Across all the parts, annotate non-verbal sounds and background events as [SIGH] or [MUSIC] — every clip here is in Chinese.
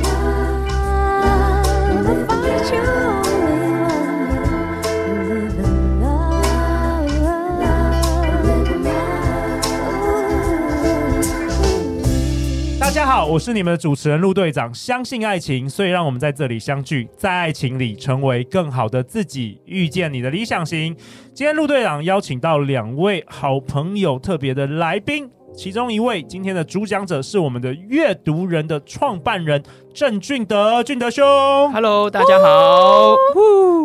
Love, find you only one. Live in love, live in love. 大家好，我是你们的主持人陆队长。相信爱情，所以让我们在这里相聚，在爱情里成为更好的自己，遇见你的理想型。今天陆队长邀请到两位好朋友特别的来宾，其中一位今天的主讲者是我们的阅读人的创办人郑俊德，俊德兄。 Hello，大家好。 [LAUGHS]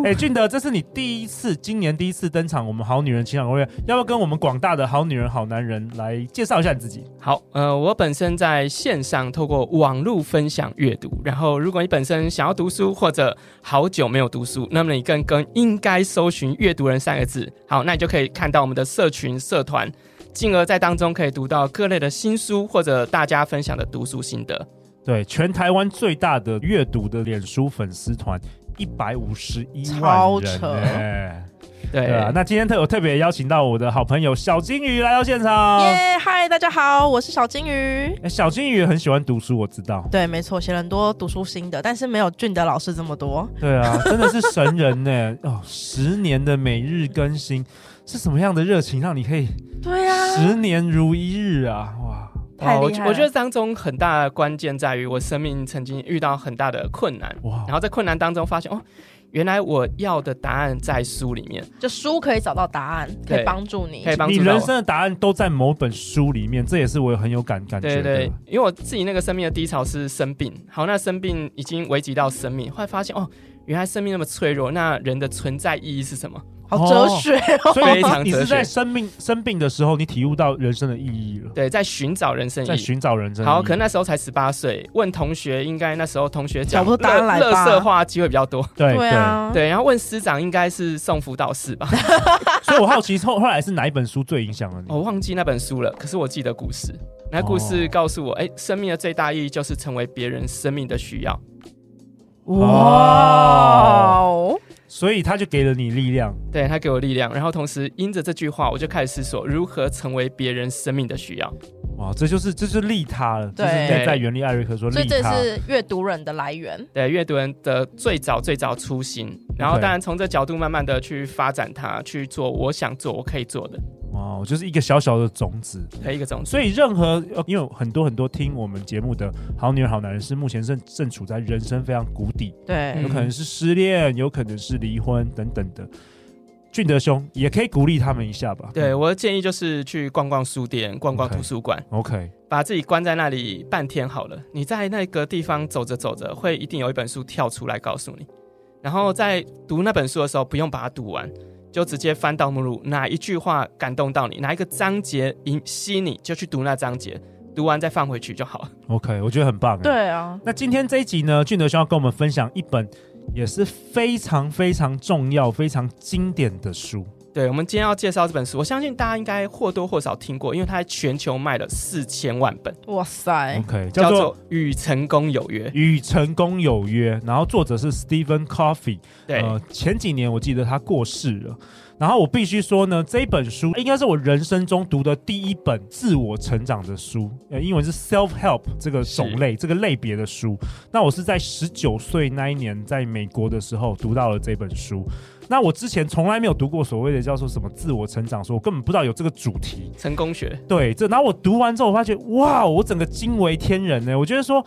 哎、俊德，这是你第一次，今年第一次登场我们好女人情感攻略，要不要跟我们广大的好女人、好男人来介绍一下你自己？好，呃，我本身在线上透过网络分享阅读，然后如果你本身想要读书或者好久没有读书，那么你更更应该搜寻“阅读人”三个字。好，那你就可以看到我们的社群社团，进而在当中可以读到各类的新书或者大家分享的读书心得。对，全台湾最大的阅读的脸书粉丝团。一百五十一万超人、扯欸，对，对啊。那今天特有特别邀请到我的好朋友小金鱼来到现场。耶！嗨，大家好，我是小金鱼。欸小金鱼也很喜欢读书，我知道。对，没错，写了很多读书心得，但是没有俊德老师这么多。对啊，真的是神人呢、哦，十年的每日更新是什么样的热情，让你可以对啊十年如一日啊？哇！太哇我厉害了我觉得当中很大的关键在于我生命曾经遇到很大的困难，哇然后在困难当中发现哦，原来我要的答案在书里面，就书可以找到答案，可以对帮助你可。以帮助你到人我。生的答案都在某本书里面，这也是我很有感感觉对的。对，因为我自己那个生命的低潮是生病，好，那生病已经危及到生命，后来发现哦，原来生命那么脆弱，那人的存在意义是什么？好哲学哦，所 [LAUGHS] 以非常你你哲是学在生病生病的时候，你体悟到人生的意义了，对，在寻找人生在意义。寻找人生的意义。嗯好，可能那时候才十八岁，问同学，应该那时候同学找讲不出答案来乐吧色话机会比较多，对对啊，对，然后问师长，应该是送辅导室吧，所以我好奇后后来是哪一本书最影响了你？我忘记那本书了，可是我记得故事。那故事哦告诉我，哎、生命的最大意义就是成为别人生命的需要。哇哦，所以他就给了你力量。对他给我力量，然后同时因着这句话，我就开始思索如何成为别人生命的需要。哇，这就是这就是利他了，就是对内在原力艾瑞克说所以利这他。是阅读人的来源。对阅读人的最早最早初心，然后 OK 当然从这角度慢慢的去发展它，去做我想做我可以做的，哇，就是一个小小的种子。可以一个种子。所以任何呃因为有很多很多听我们节目的好女人好男人是目前正正处在人生非常谷底，有对嗯，可能是失恋，有可能是离婚等等的。俊德兄也可以鼓励他们一下吧。对我的建议就是去逛逛书店，逛逛嗯 OK 图书馆，OK，把自己关在那里半天好了。你在那个地方走着走着，会一定有一本书跳出来告诉你。然后在读那本书的时候，不用把它读完，就直接翻到目录，哪一句话感动到你，哪一个章节引吸引你，就去读那章节，读完再放回去就好 [LAUGHS] 了。 OK，我觉得很棒。。欸对啊，那今天这一集呢，俊德兄要跟我们分享一本也是非常非常重要、非常经典的书。对，我们今天要介绍这本书，我相信大家应该或多或少听过，因为它在全球卖了四千万本，哇塞， OK，叫叫做做《与成功有约》。《与成功有约》，然后作者是 Stephen Coffey。对，呃，前几年我记得他过世了。然后我必须说呢，这本书应该是我人生中读的第一本自我成长的书，呃，英文是 self help 这个种类这个类别的书。那我是在十九岁那一年在美国的时候读到了这本书。那我之前从来没有读过所谓的叫做什么自我成长书，我根本不知道有这个主题。成功学。对，这然后我读完之后，我发觉哇，我整个惊为天人欸呢、我觉得说，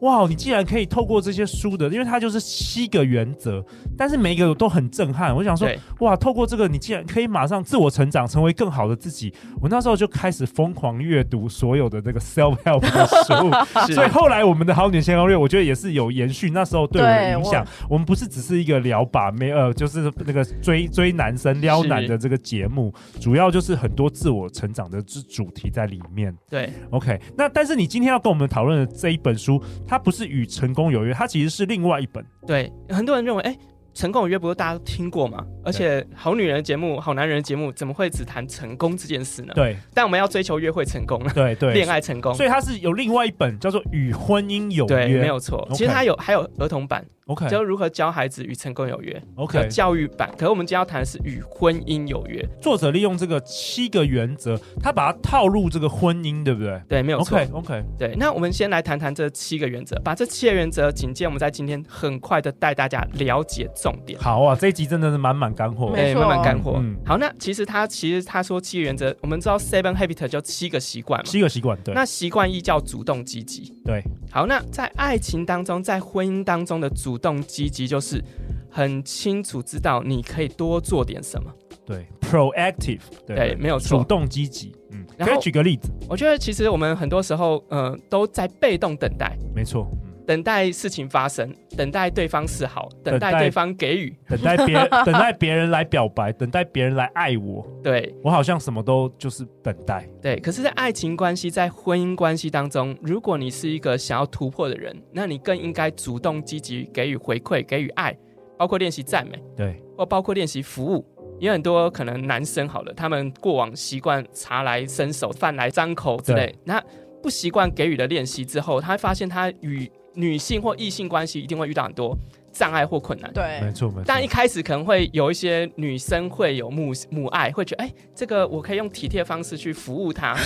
哇，你既然可以透过这些书的，因为它就是七个原则，但是每一个都很震撼。我想说，对，哇，透过这个，你竟然可以马上自我成长，成为更好的自己。我那时候就开始疯狂阅读所有的这个 self help 的书， [LAUGHS] 是啊啊所以后来我们的好女人先攻略，我觉得也是有延续那时候对我的对影响。我们不是只是一个聊把妹，呃，就是那个追追男生撩男的这个节目，主要就是很多自我成长的主主题在里面。对， OK，那但是你今天要跟我们讨论的这一本书，它不是与成功有约，它其实是另外一本。对，很多人认为，哎，成功有约不是大家都听过吗？而且好女人的节目、好男人的节目怎么会只谈成功这件事呢？ [LAUGHS] 对但我们要追求约会成功了，对对，恋爱成功，所以它是有另外一本叫做《与婚姻有对，约没》。有错。 OK 其实它有还有儿童版， OK 叫如何教孩子与成功有约，叫 OK，教育版。可是我们今天要谈的是与婚姻有约，作者利用这个七个原则，他把它套入这个婚姻，对不对对，没有错。 ？OK OK，对，那我们先来谈谈这七个原则，把这七个原则，紧接我们在今天很快的带大家了解重点。好啊，这一集真的是满满干货没。错哎慢慢干货。嗯好，那其实他其实他说七个原则，我们知道 Seven Habit 就七个习惯嘛。七个习惯，对那习惯一叫主动积极。对，好，那在爱情当中，在婚姻当中的主动积极，就是很清楚知道你可以多做点什么。对，proactive，对对，没有主错。动积极，嗯，然可以后举个例子，我觉得其实我们很多时候，呃，都在被动等待，没错，嗯，等待事情发生，等待对方示好，等等待待对方给予。等待别 [LAUGHS] 等待别人来表白，等待别人来爱我，对我好像什么都就是等待，对，可是，在爱情关系、在婚姻关系当中，如果你是一个想要突破的人，那你更应该主动积极给予回馈，给予爱，包括练习赞美，对，或包括练习服务。因为很多可能男生好了，他们过往习惯茶来伸手、饭来张口之类，那不习惯给予的练习之后，他会发现他与女性或异性关系一定会遇到很多障碍或困难。没对，错没错，但一开始可能会有一些女生会有母母爱，会觉得哎、这个我可以用体贴方式去服务她。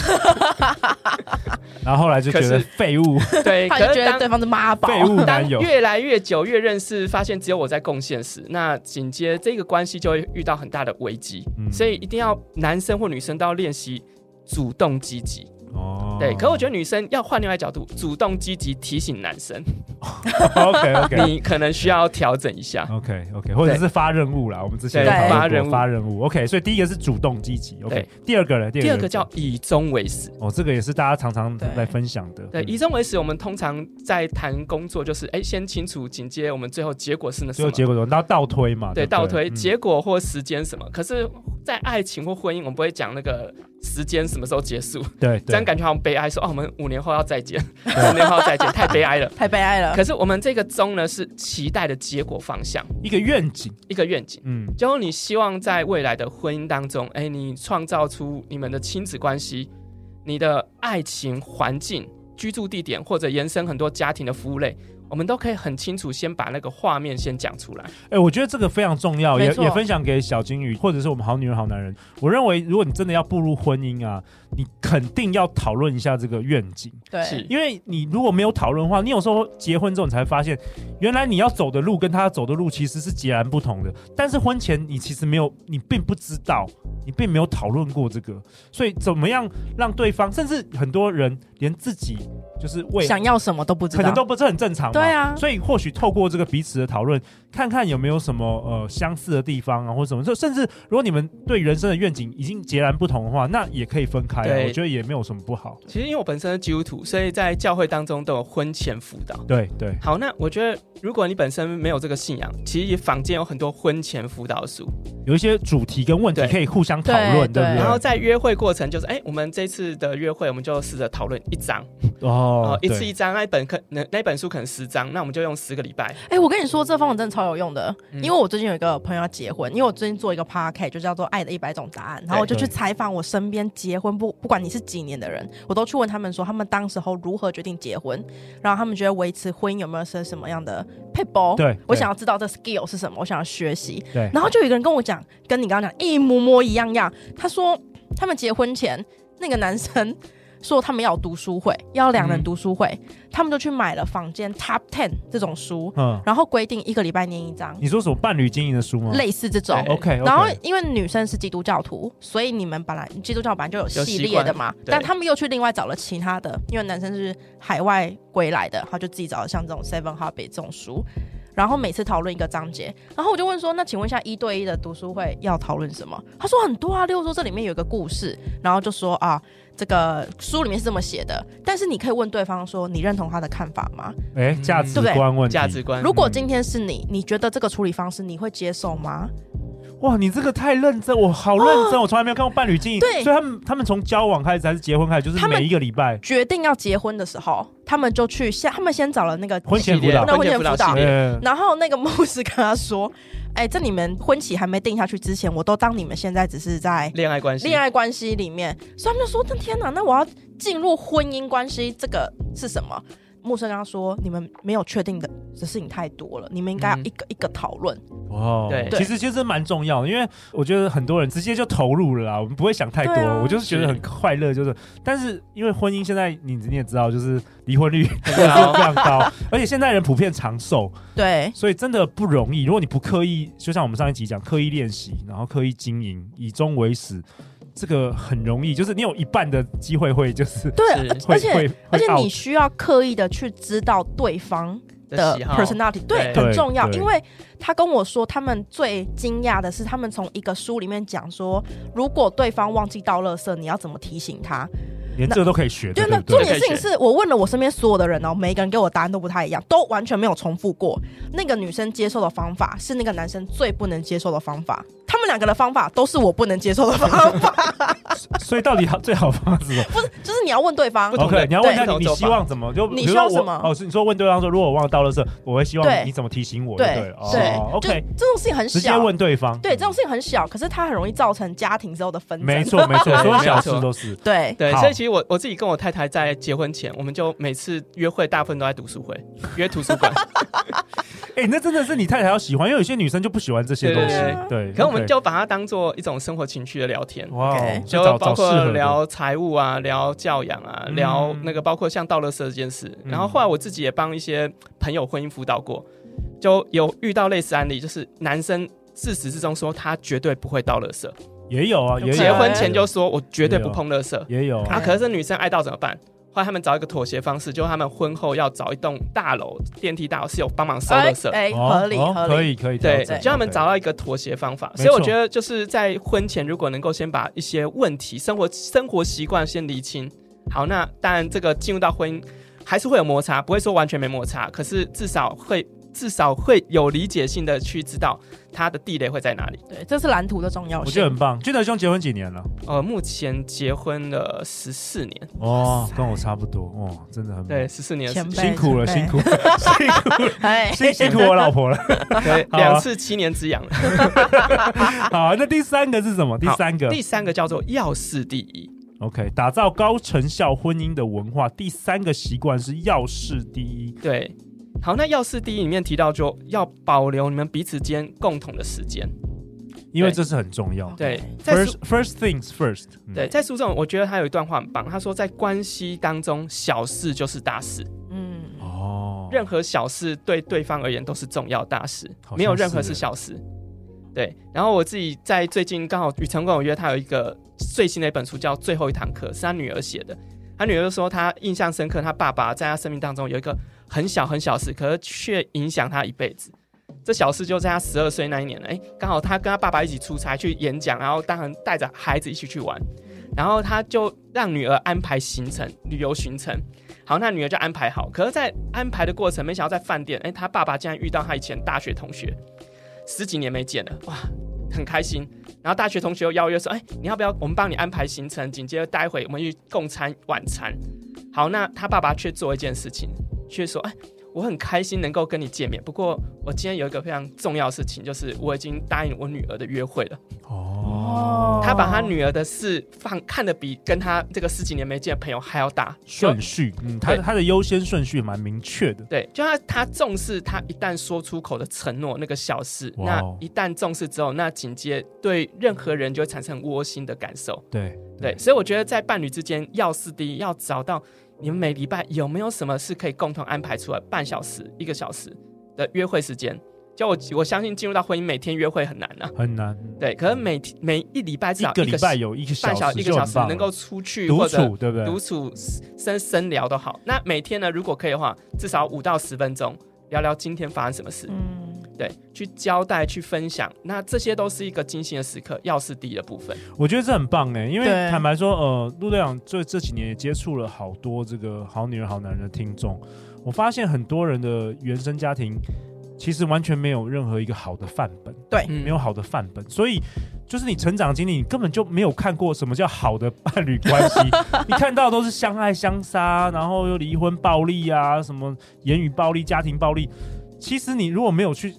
然后后来就觉可得是 [LAUGHS] 废物，对，他可哎就是觉得当对方是妈宝，废物当男友，越来越久，越认识，发现只有我在贡献时，那紧接这个关系就会遇到很大的危机。嗯所以一定要男生或女生都要练习主动积极。哦对，可我觉得女生要换另外角度，主动积极提醒男生， [LAUGHS] 得 OK [LAUGHS] OK。你可能需要调整一下。 OK OK，或者是发任务啦，我们之前对有讨论过发任务发任务。OK，所以第一个是主动积极，OK 对。第二个呢？第第二个叫以终为始。哦，这个也是大家常常对在分享的。对，嗯以终为始，我们通常在谈工作，就是哎，先清楚，紧接我们最后结果是那什最么后。结果然后倒推嘛，对，不倒推嗯结果或时间什么。可是，在爱情或婚姻，我们不会讲那个时间什么时候结束，对，这样感觉好像悲哀，说哦，我们五年后要再 [LAUGHS] 见，十年后要再见，太悲哀了。太悲哀了。可是我们这个钟呢，是期待的结果方向，一个愿景，一个愿景。嗯，就是你希望在未来的婚姻当中，哎，你创造出你们的亲子关系、你的爱情环境、居住地点，或者延伸很多家庭的服务类，我们都可以很清楚先把那个画面先讲出来。哎、我觉得这个非常重要，也没错也分享给小金鱼，或者是我们好女人、好男人。我认为，如果你真的要步入婚姻啊，你肯定要讨论一下这个愿景，是对，因为你如果没有讨论的话，你有时候结婚之后你才发现，原来你要走的路跟他走的路其实是截然不同的。但是婚前你其实没有，你并不知道，你并没有讨论过这个，所以怎么样让对方，甚至很多人连自己就是为想要什么都不知可能道都，不是很正常嘛。对啊所以或许透过这个彼此的讨论，看看有没有什么呃相似的地方啊，或者什么。就甚至如果你们对人生的愿景已经截然不同的话，那也可以分开、啊，对我觉得也没有什么不好。其实因为我本身是基督徒，所以在教会当中都有婚前辅导。对对，好，那我觉得如果你本身没有这个信仰，其实也坊间有很多婚前辅导书，有一些主题跟问题对可以互相讨论，对对不对？然后在约会过程就是，哎，我们这次的约会，我们就试着讨论一章，哦哦，，一次对一章，那一本可那那一本书可能十章，那我们就用十个礼拜。哎、我跟你说，这方法真的超有用的，嗯因为我最近有一个朋友要结婚，因为我最近做一个 podcast，就叫做《爱的一百种答案》，然后我就去对采访我身边结婚不不管你是几年的人，我都去问他们说他们当时候如何决定结婚，然后他们觉得维持婚姻有没有是什么样的 p e o p l e 对我对想要知道这 skill 是什么，我想要学习。对然后就有一个人跟我讲，跟你刚刚讲一模模一样样，他说他们结婚前那个男生。 [LAUGHS] 说他们要有读书会，要两人嗯读书会，他们就去买了房间 Top Ten 这种书，嗯，然后规定一个礼拜念一章，你说什么伴侣经营的书嗯吗？哦类似这种。对 OK，然后，因为女生是基督教徒，所以你们本来基督教本来就有有习系列的嘛惯，对但他们又去另外找了其他的，因为男生是海外归来的，他就自己找了像这种 Seven Habit 这种书，然后每次讨论一个章节，然后我就问说，那请问一下一对一的读书会要讨论什么？他说很多啊，例如说这里面有一个故事，然后就说啊，这个书里面是这么写的，但是你可以问对方说，你认同他的看法吗？哎，价值对不对观问题，价值观，如果今天是你，你觉得这个处理方式你会接受吗？哇，你这个太认真，我好认真，我从来没有看过伴侣经营。哦对所以他们他们从交往开始还是结婚开始，就是他们每一个礼拜决定要结婚的时候，他们就去先，他们先找了那个婚前辅系列导那，婚前婚前辅辅导导系，列哎然后那个牧师跟他说：“ [LAUGHS] 哎、在你们婚期还没定下去之前，我都当你们现在只是在恋爱嗯关系，恋爱关系啊里面。”所以他们就说：“那天哪，那我要进入婚姻关系，这个是什么？”牧师刚刚说，你们没有确定的的事情太多了，你们应该要嗯一个一个讨论。哦，对其实其实蛮重要的，因为我觉得很多人直接就投入了啦，我们不会想太多，对啊我就是觉得很快乐，就是，但是因为婚姻现在你你也知道，就是离婚率非对 [LAUGHS] 啊常高，而且现代人普遍长寿，对，所以真的不容易。如果你不刻意，就像我们上一集讲，刻意练习，然后刻意经营，以终为始，这个很容易，就是你有一半的机会会就是对，是而会而且会而且会你 out 需要刻意的去知道对方的喜好 personality，对，对很重要。对因为他跟我说，他们最惊讶的是，他们从一个书里面讲说，如果对方忘记倒垃圾，你要怎么提醒他？连这个都可以学的，对，对那不重对？点事情是我问了我身边所有的人哦，每一个人给我答案都不太一样，都完全没有重复过。那个女生接受的方法是那个男生最不能接受的方 [LAUGHS] 法，他们两个的方法都是我不能接受的方法， [LAUGHS] 所以到底好最好的方式是什么？不是，就是你要问对方不，同的 OK，你要问一下对不你同你做希法望怎么？就你比如需要说我什么哦，是你说问对方说，如果我忘了倒垃圾，我会希对望你怎么提醒我？对对了，对哦就，OK，这种事情很直接小，问对方。对，这种事情很小，可是它很容易造成家庭之后的纷争。没错没错，对所有没小错事都是。 [LAUGHS] 对，对，好所以其实我我自己跟我太太在结婚前，我们就每次约会大部分都在读书会，约图书 [LAUGHS] 馆。哎，那真的是你太太要喜欢，因为有些女生就不喜欢这些东对西。对，可我们 OK 就把它当做一种生活情趣的聊天，哇哦 OK，就就找包找适合括的聊财务啊，聊教养啊，嗯聊那个包括像倒垃圾这件事。嗯然后后来我自己也帮一些朋友婚姻辅导过，就有遇到类似案例，就是男生。自始至终说他绝对不会倒垃圾，也有啊，也有结婚前就说我绝对也不有哦碰垃圾，也有啊，可是这女生爱到怎么办？后来他们找一个妥协方式，就是他们婚后要找一栋大楼，电梯大楼是有帮忙收垃圾。哎，哦合理哦合可理，以可以调对，整，就他们 OK 找到一个妥协方法，没所以我错觉得就是在婚前，如果能够先把一些问题、生活生活习惯先厘清，好，那当然这个进入到婚姻还是会有摩擦，不会说完全没摩擦，可是至少会至少会有理解性的去知道他的地雷会在哪里。对，这是蓝图的重要我觉得性。很棒。俊德兄结婚几年了？呃，目前结婚了十四年，哦，跟我差不多哦，真的很对，十四年的时前间辈辛苦了， [LAUGHS] 前辛辈苦辛苦哎，辛辛苦我老婆了。对，好啊两次七年之痒了。 [LAUGHS] [LAUGHS] 好，那第三个是什么？第三个第三个叫做要事第一， OK，打造高成效婚姻的文化。第三个习惯是要事第一。对。好，那要事第一里面提到就要保留你们彼此间共同的时间。因为对这是很重要的。对，在书，first firfirst things first 嗯。对在书中，我觉得他有一段话很棒，他说在关系当中，小事就是大事，嗯，哦，任何小事对对方而言都是重要大事好，像没有任何是是小事。对，然后我自己在最近刚好与陈冠我约他有一个最新的一本书叫《最后一堂课》，是他女儿写的。他女儿就说她印象深刻，她爸爸在她生命当中有一个很小很小的事，可是却影响她一辈子。这小事就在她十二岁那一年，哎，刚好她跟她爸爸一起出差去演讲，然后当然带着孩子一起去玩，然后他就让女儿安排行程、旅游行程。好，那女儿就安排好。可是，在安排的过程，没想到在饭店，哎，他爸爸竟然遇到他以前大学同学，十几年没见了，哇，很开心。然后大学同学又邀约说，哎，你要不要我们帮你安排行程？紧接着待会我们去共餐晚餐。好，那他爸爸却做一件事情，却说，哎，我很开心能够跟你见面，不过我今天有一个非常重要的事情，就是我已经答应我女儿的约会了。哦，他把他女儿的事放看得比跟他这个十几年没见的朋友还要大。顺序，嗯，他对他的优先顺序蛮明确的。对，就他他重视他一旦说出口的承诺那个小事，哇那哦一旦重视之后，那紧接对任何人就会产生窝心的感受。对对，所以我觉得在伴侣之间要事第一，要找到你们每礼拜有没有什么是可以共同安排出来半小时、一个小时的约会时间。就我我相信进入到婚姻，每天约会很难啊。很难。对，可是每天每一礼拜至一少个一礼个拜有一个半小时一个就小很时棒了，能够出去独或者处，对不对？独处深深聊都好。那每天呢，如果可以的话，至少五到十分钟聊聊今天发生什么事，嗯，对，去交代、去分享，那这些都是一个精心的时刻，要是第一的部分。我觉得这很棒哎，因为对坦白说，呃，陆队长这这几年也接触了好多这个好女人、好男人的听众，我发现很多人的原生家庭其实完全没有任何一个好的范本，对，嗯哎没有好的范本，所以就是你成长经历，你根本就没有看过什么叫好的伴侣关 [LAUGHS] 系，你看到都是相爱相杀，然后又离婚、暴力啊，什么言语暴力、家庭暴力。其实你如果没有去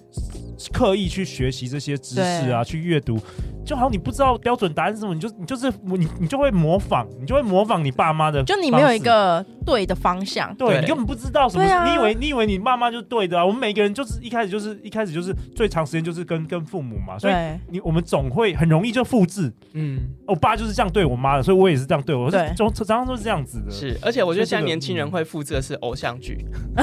刻意去学习这些知识啊，去阅读，就好像你不知道标准答案是什么，你就你就是你你就会模仿，你就会模仿你爸妈的，就你没有一。个对的方向。对对你根本不知道什么对啊事，你以为你以为你爸妈就对的啊？我们每个人就是一开始就是一开始就是最长时间就是跟跟父母嘛，所以对，你我们总会很容易就复制。嗯，我爸就是这样对我妈的，所以我也是这样对我，对总常常都是这样子的。嗯是，而且我觉得现所以这在个年轻人会复制的是偶像剧，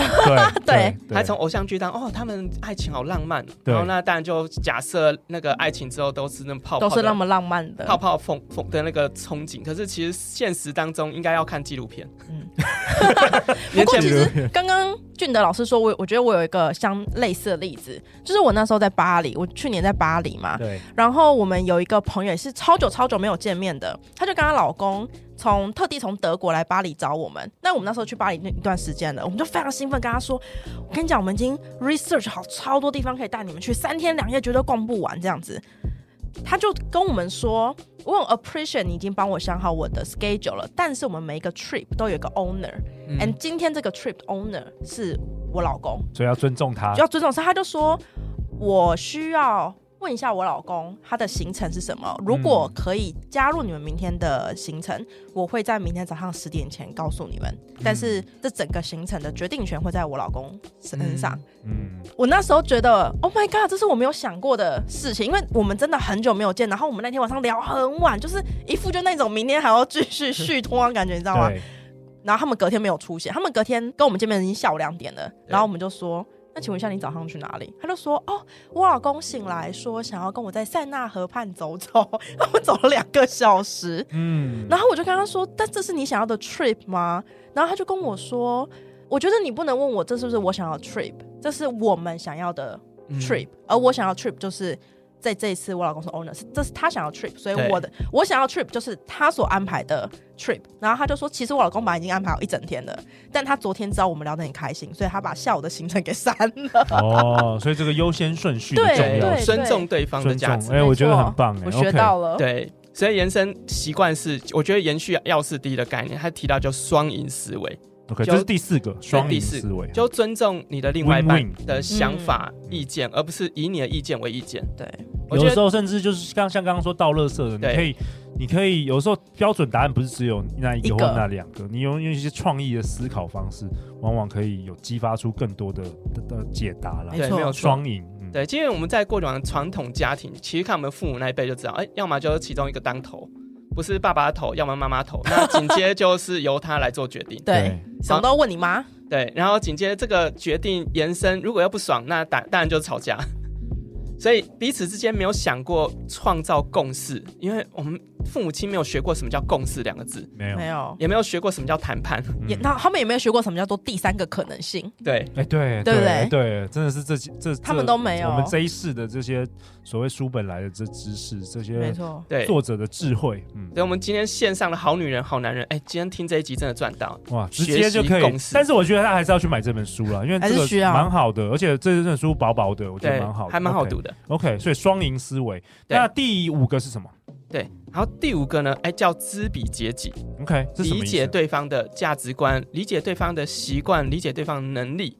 [LAUGHS] 对对他从偶像剧当哦，他们爱情好浪漫，哦对然后那当然就假设那个爱情之后都是那泡泡都的是那么浪漫的。泡泡风风的那个憧憬，可是其实现实当中应该要看纪录片。 [LAUGHS] 嗯不年过前其不实刚刚俊德老师说，我我觉得我有一个相类似的例子，就是我那时候在巴黎，我去年在巴黎嘛，对然后我们有一个朋友也是超久超久没有见面的，她就跟她老公从特地从德国来巴黎找我们。那我们那时候去巴黎那一段时间了，我们就非常兴奋，跟她说：“我跟你讲，我们已经 research 好超多地方可以带你们去，三天两夜绝对逛不完这样子。”她就跟我们说：“我很 appreciate 你已经帮我想好我的 schedule 了，但是我们每一个 trip 都有一个 owner，and、嗯今天这个 trip owner 是我老公。”所以要尊重他就。要尊重。所以他就说，我需要问一下我老公他的行程是什么。如果可以加入你们明天的行程，我会在明天早上十点前告诉你们。但是这整个行程的决定权会在我老公身上。嗯，我那时候觉得，Oh my god，这是我没有想过的事情，因为我们真的很久没有见，然后我们那天晚上聊很晚，就是一副就那种明天还要继续续拖的感觉，你知道啊吗？对，然后他们隔天没有出现，他们隔天跟我们见面已经下午两点了，然后我们就说。那请问一下，你早上去哪里？他就说：“哦，我老公醒来说想要跟我在塞纳河畔走走，我们走了两个小时。嗯，然后我就跟他说：‘但这是你想要的 trip 吗？’然后他就跟我说：‘我觉得你不能问我这是不是我想要的 trip，这是我们想要的嗯嗯 trip，、而我想要 trip 就是在这一次我老公是 owner，是这是他想要 trip，所以对我的我想要 trip 就是他所安排的 trip。然后他就说，其实我老公本来已经安排好一整天了，但他昨天知道我们聊得很开心，所以他把下午的行程给删了。哦，所以这个优先顺序的对重要对尊重对方的尊重价值。。哎，我觉得没错很棒，哎 [LAUGHS] 我 OK 学到了。对，所以延伸习惯是，我觉得延续要是第一的概念，他提到就双赢思维， OK，就这是第四个双赢思维，就尊重你的另外一半 Win-win 的想法、嗯意见，而不是以你的意见为意见。对我有觉的时得候甚至就是刚像刚刚说倒垃圾对的，你可以，你可以有时候标准答案不是只有那一一个个或那两个，你用用一些创意的思考方式，往往可以有激发出更多的的的解答啦没。对，错。没有错。双赢，嗯，对，因为我们在过往的传统家庭，其实看我们父母那一辈就知道，哎、要么就是其中一个当头，不是爸爸头，要么妈妈头，那紧接就是由他来做决 [LAUGHS] 定对，什啊么都问你妈。对，然后紧接着这个决定延伸，如果要不爽，那当当然就是吵架。所以彼此之间没有想过创造共识，因为我们父母亲没有学过什么叫共识两个字，没有没，有，也没有学过什么叫谈判。嗯也那他们也没有学过什么叫做第三个可能性。对，哎，对对不对哎对，真的是这些这他们这都没有我们这一世的这些所谓书本来的这知识，这没些错，对，作者的智慧，嗯，所以我们今天线上的好女人、好男人，哎，今天听这一集真的赚到。哇，直学接习就可以共识。但是我觉得他还是要去买这本书了，因为还是这需个要蛮好的，而且这本书薄薄的，我觉对得蛮好，的，还蛮好 OK 读的。 OK，所以双赢思维。对那第五个是什么对，然后第五个呢，哎，叫知彼解己， ？OK，这是什理么意思解对方的价值观，理解对方的习惯，理解对方的能力。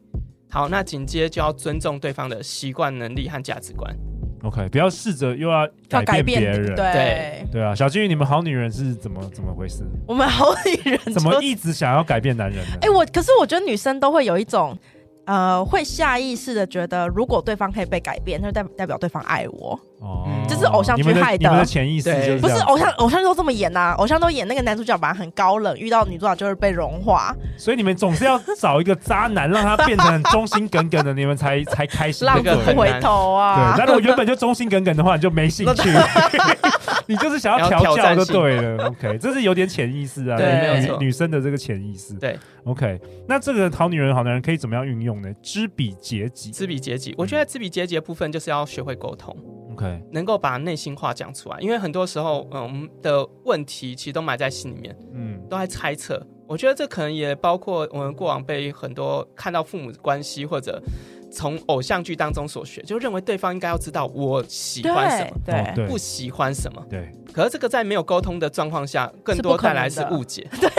好，那紧接就要尊重对方的习惯、能力和价值观。 OK，不要试着又要要改改变变别人。对对，对啊，小金鱼，你们好女人是怎么怎么回事？我们好女人怎就么是一直想要改变男人呢？嗯哎、我可是我觉得女生都会有一种，呃，会下意识的觉得，如果对方可以被改变，那就代代表对方爱我。哦，这是偶像剧你们害的你们的潜意识对就是不这是 [LAUGHS] 样。偶像，偶像都这么演呐、偶像都演那个男主角本来很高冷，遇到女主角就会被融化，所以你们总是要找一个渣男，让他变成很忠心耿耿的，你们才才开心。浪那子个很不回头啊对，。那如果原本就忠心耿耿的话，你就没兴趣， [LAUGHS] 你就是想要调教就对了。OK，这是有点潜意识啊，对没有女错女生的这个潜意识。对，OK，那这个好女人、好男人可以怎么样运用呢？知彼解己。知彼解己，我觉得知彼解己的部分就是要学会沟通， OK，能够把内心话讲出来。因为很多时候，嗯，我们的问题其实都埋在心里面，嗯，都在猜测。我觉得这可能也包括我们过往被很多看到父母关系或者从偶像剧当中所学，就认为对方应该要知道我喜欢什对么，哦对，对不喜欢什么。对，可是这个在没有沟通的状况下，更多带来是误解。对。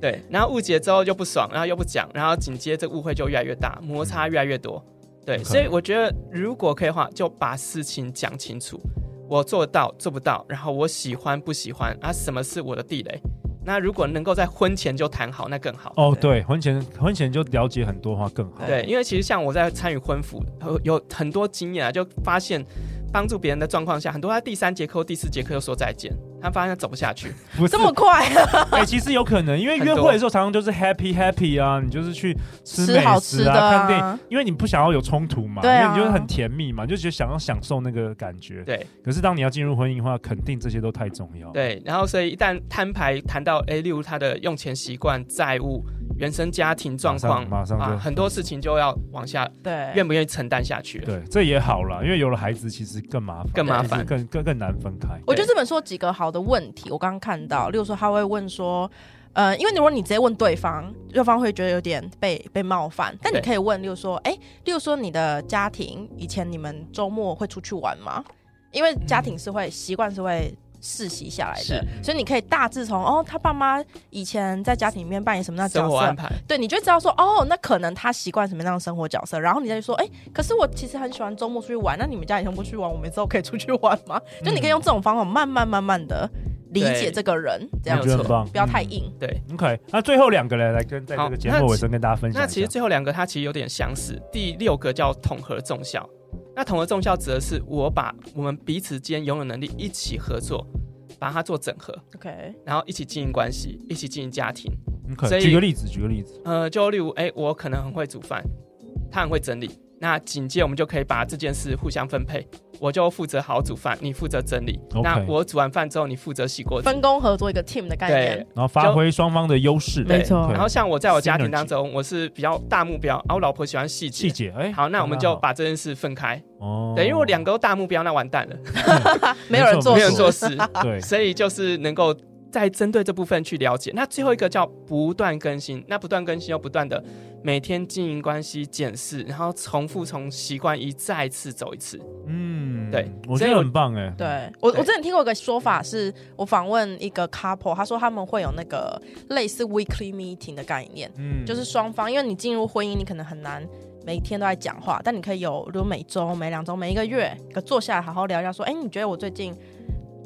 对，然后误解之后又不爽，然后又不讲，然后紧接着误会就越来越大，摩擦越来越多。对， OK 所以我觉得如果可以的话，就把事情讲清楚。我做到做不到，然后我喜欢不喜欢啊，什么是我的地雷？那如果能够在婚前就谈好，那更好。哦，对，婚前婚前就了解很多的话更好。对，因为其实像我在参与婚服，有有很多经验啊，就发现帮助别人的状况下，很多他第三节课、第四节课就说再见，他发现他走不下 [LAUGHS] 去。不是这么快 [LAUGHS] 啊，哎、其实有可能，因为很多约会的时候常常就是 happy happy 啊，你就是去吃吃美好吃食的啊、看电啊影，，因为你不想要有冲突嘛，对啊因为你就是很甜蜜嘛，你就觉得想要享受那个感觉。对可是当你要进入婚姻的话，肯定这些都太重要。，对，然后所以一旦摊牌谈到，诶，例如他的用钱习惯、债务、原生家庭状况，马上马上就啊，很多事情就要往下，对愿，不愿意承担下去了。对，这也好了，因为有了孩子其实更麻烦，更麻就烦是更更更难分开。我觉得这本书有几个好的问题，我刚刚看嗯到，例如说他会问说。呃，因为如果你直接问对方，对方会觉得有点被被冒犯。但你对可以问，例如说，哎、例如说你的家庭以前你们周末会出去玩吗？因为家庭是会习惯是会世袭下来的，嗯是所以你可以大致从哦，他爸妈以前在家庭里面扮演什么样的角生活色安，排，对，你就知道说，哦，那可能他习惯什么样的生活角色，然后你再去说，哎、可是我其实很喜欢周末出去玩，那你们家以前不出去玩，我们之后可以出去玩吗？就你可以用这种方法慢慢慢慢的理解对这个人，这样没有我觉得子错很棒，不要太硬。对。嗯。OK，那最后两个来来跟在这好个节那目其尾声跟大家分享一下。那其实最后两个它其实有点相似，第六个叫统合众效。那统合众效指的是我把我们彼此间拥有能力一起合作，把它做整合， OK，然后一起经营关系，一起经营家庭。 OK，所以举个例子，举个例子，呃，就例如，哎，我可能很会煮饭，他很会整理。那紧接我们就可以把这件事互相分配，我就负责好煮饭，你负责整理。 OK 那我煮完饭之后，你负责洗锅子。分工合作一个 team 的概念对，然后发挥双方的优势，对没错 OK 然后像我在我家庭当中，我是比较大目标，啊，我老婆喜欢细细节。节，哎，好，那我们就刚刚把这件事分开。好哦，对，因为我两个都大目标，那完蛋了。没有人做没没有有人事，做事，哦对所以就是能够再针对这部分去了解。那最后一个叫不断更新，那不断更新又不断的每天经营关系、检视，然后重复从习惯一再次走一次。嗯，对我觉所以得我很棒哎。对我，对我之前听过一个说法是，我访问一个 couple，他说他们会有那个类似 weekly meeting 的概念，嗯就是双方，因为你进入婚姻，你可能很难每天都在讲话，但你可以有，比如每周、每两周、每一个月，可坐下来好好聊一下，说，哎、你觉得我最近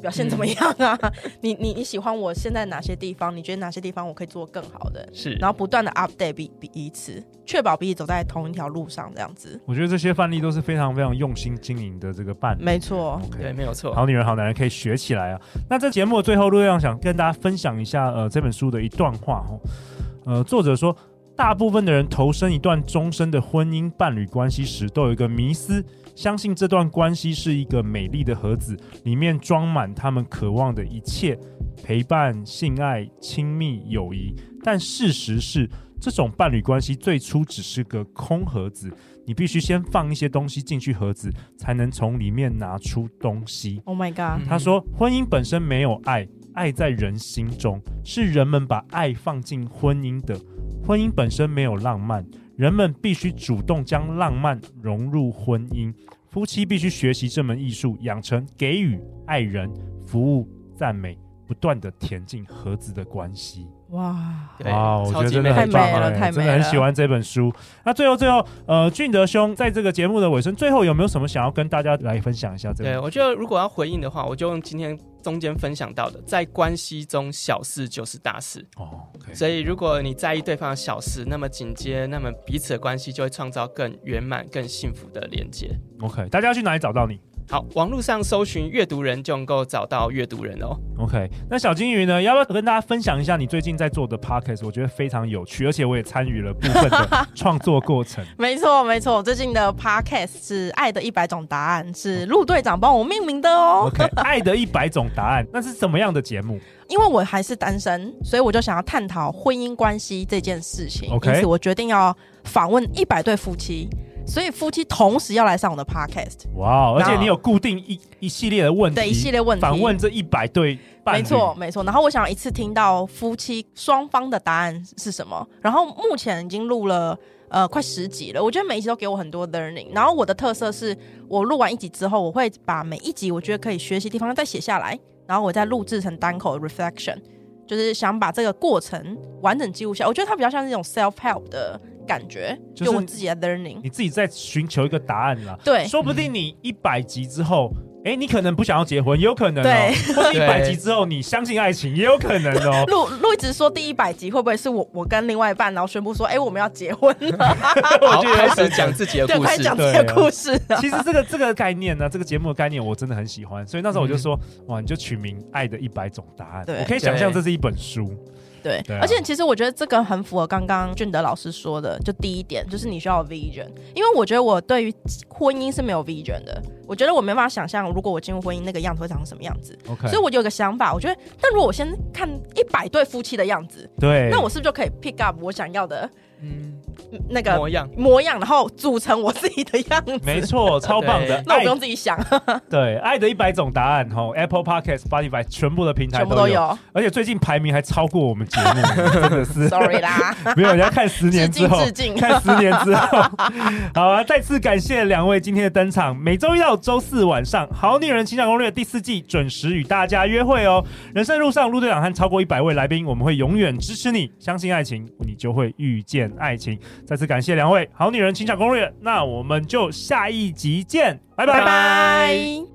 表现怎么样啊？ [LAUGHS] 你你你喜欢我现在哪些地方？你觉得哪些地方我可以做更好的？是然后不断的 update 彼彼此，确保彼此走在同一条路上，这样子。我觉得这些范例都是非常非常用心经营的这个伴侣。没错，对， OK，没有错。好女人好男人可以学起来啊。那在节目的最后，陆亮想跟大家分享一下呃这本书的一段话哦。呃，作者说，大部分的人投身一段终身的婚姻伴侣关系时，都有一个迷思，相信这段关系是一个美丽的盒子，里面装满他们渴望的一切：陪伴、性爱、亲密、友谊。但事实是，这种伴侣关系最初只是个空盒子，你必须先放一些东西进去盒子，才能从里面拿出东西。 ，Oh my god，嗯他说，婚姻本身没有爱，爱在人心中，是人们把爱放进婚姻的。婚姻本身没有浪漫，人们必须主动将浪漫融入婚姻。夫妻必须学习这门艺术，养成给予、爱人、服务、赞美，不断的填进盒子的关系。哇，嗯对哇，我觉超得级真美的太很棒哎美了哎太美真的很了喜欢这本书。那最后最后，呃，俊德兄在这个节目的尾声，最后有没有什么想要跟大家来分享一下这对，本？我觉得如果要回应的话，我就用今天中间分享到的，在关系中小事就是大事。哦，OK，所以，如果你在意对方的小事，那么紧接，那么彼此的关系就会创造更圆满、更幸福的连接。 OK，大家要去哪里找到你？好，网络上搜寻“阅读人”就能够找到阅读人 [LAUGHS] 哦。 OK，那小金鱼呢？要不要跟大家分享一下你最近在做的 Podcast？我觉得非常有趣，而且我也参与了部分的创作过 [LAUGHS] 程。没错没错，我最近的 podcast 是《爱的一百种答案》，是陆队长帮我命名的哦。 OK，爱的一百种答案，那是什么样的节目？因为我还是单身，所以我就想要探讨婚姻关系这件事情。 OK 因此我决定要访问一百对夫妻，所以夫妻同时要来上我的 podcast。哇、哦，而且那你有固定一一系列的问题，对一系列问题反问这一百对伴侣，没错，没错。然后我想要一次听到夫妻双方的答案是什么。然后目前已经录了呃快十集了，我觉得每一集都给我很多 learning。然后我的特色是我录完一集之后，我会把每一集我觉得可以学习的地方再写下来，然后我再录制成单口的 reflection，就是想把这个过程完整记录下来。我觉得它比较像是一种 self help 的感觉，就就是我自己的 learning。你自己在寻求一个答案啦。对说不定你一百集之后，哎，你可能不想要结婚，也有可能哦对。。或者一对百集之后你相信爱情，也有可能哦录录一直说第一百集会不会是我我跟另外一半，然后宣布说，哎、我们要结婚了，好，开始讲自己的对，啊故开始事讲。这个故事 [LAUGHS] 了。其实这个这个概念呢，这个节目的概念我真的很喜欢，所以那时候我就说，哇，你就取名《爱的一百种答案》，嗯对我可以想象这是一本书，对，对啊而且其实我觉得这个很符合刚刚俊德老师说的，就第一点就是你需要有 vision，因为我觉得我对于婚姻是没有 vision 的，我觉得我没办法想象如果我进入婚姻那个样子会长什么样子， OK，所以我就有个想法，我觉得，但如果我先看一百对夫妻的样子，对，那我是不是就可以 pick up 我想要的嗯，嗯那个模样。模样，然后组成我自己的样子？[LAUGHS] 没错，超棒的对，那我爱不用自己 [LAUGHS] 想，对爱的一百种答案，吼 Apple Podcast、Spotify 全部的平台全部都都有，有。而且最近排名还超过我们节目， [LAUGHS] 真的是 Sorry 啦， [LAUGHS] 没有，人家看十年之后致敬致敬看十年之 [LAUGHS] 后。好啊，再次感谢两位今天的登场。每周一到周四晚上，《好女人情感攻略》第四季准时与大家约会哦。人生路上，陆队长和超过一百位来宾，我们会永远支持你。相信爱情，你就会遇见爱情。再次感谢 [LAUGHS] 两位，《好女人情感攻略》，那我们就下一集见，拜拜拜拜。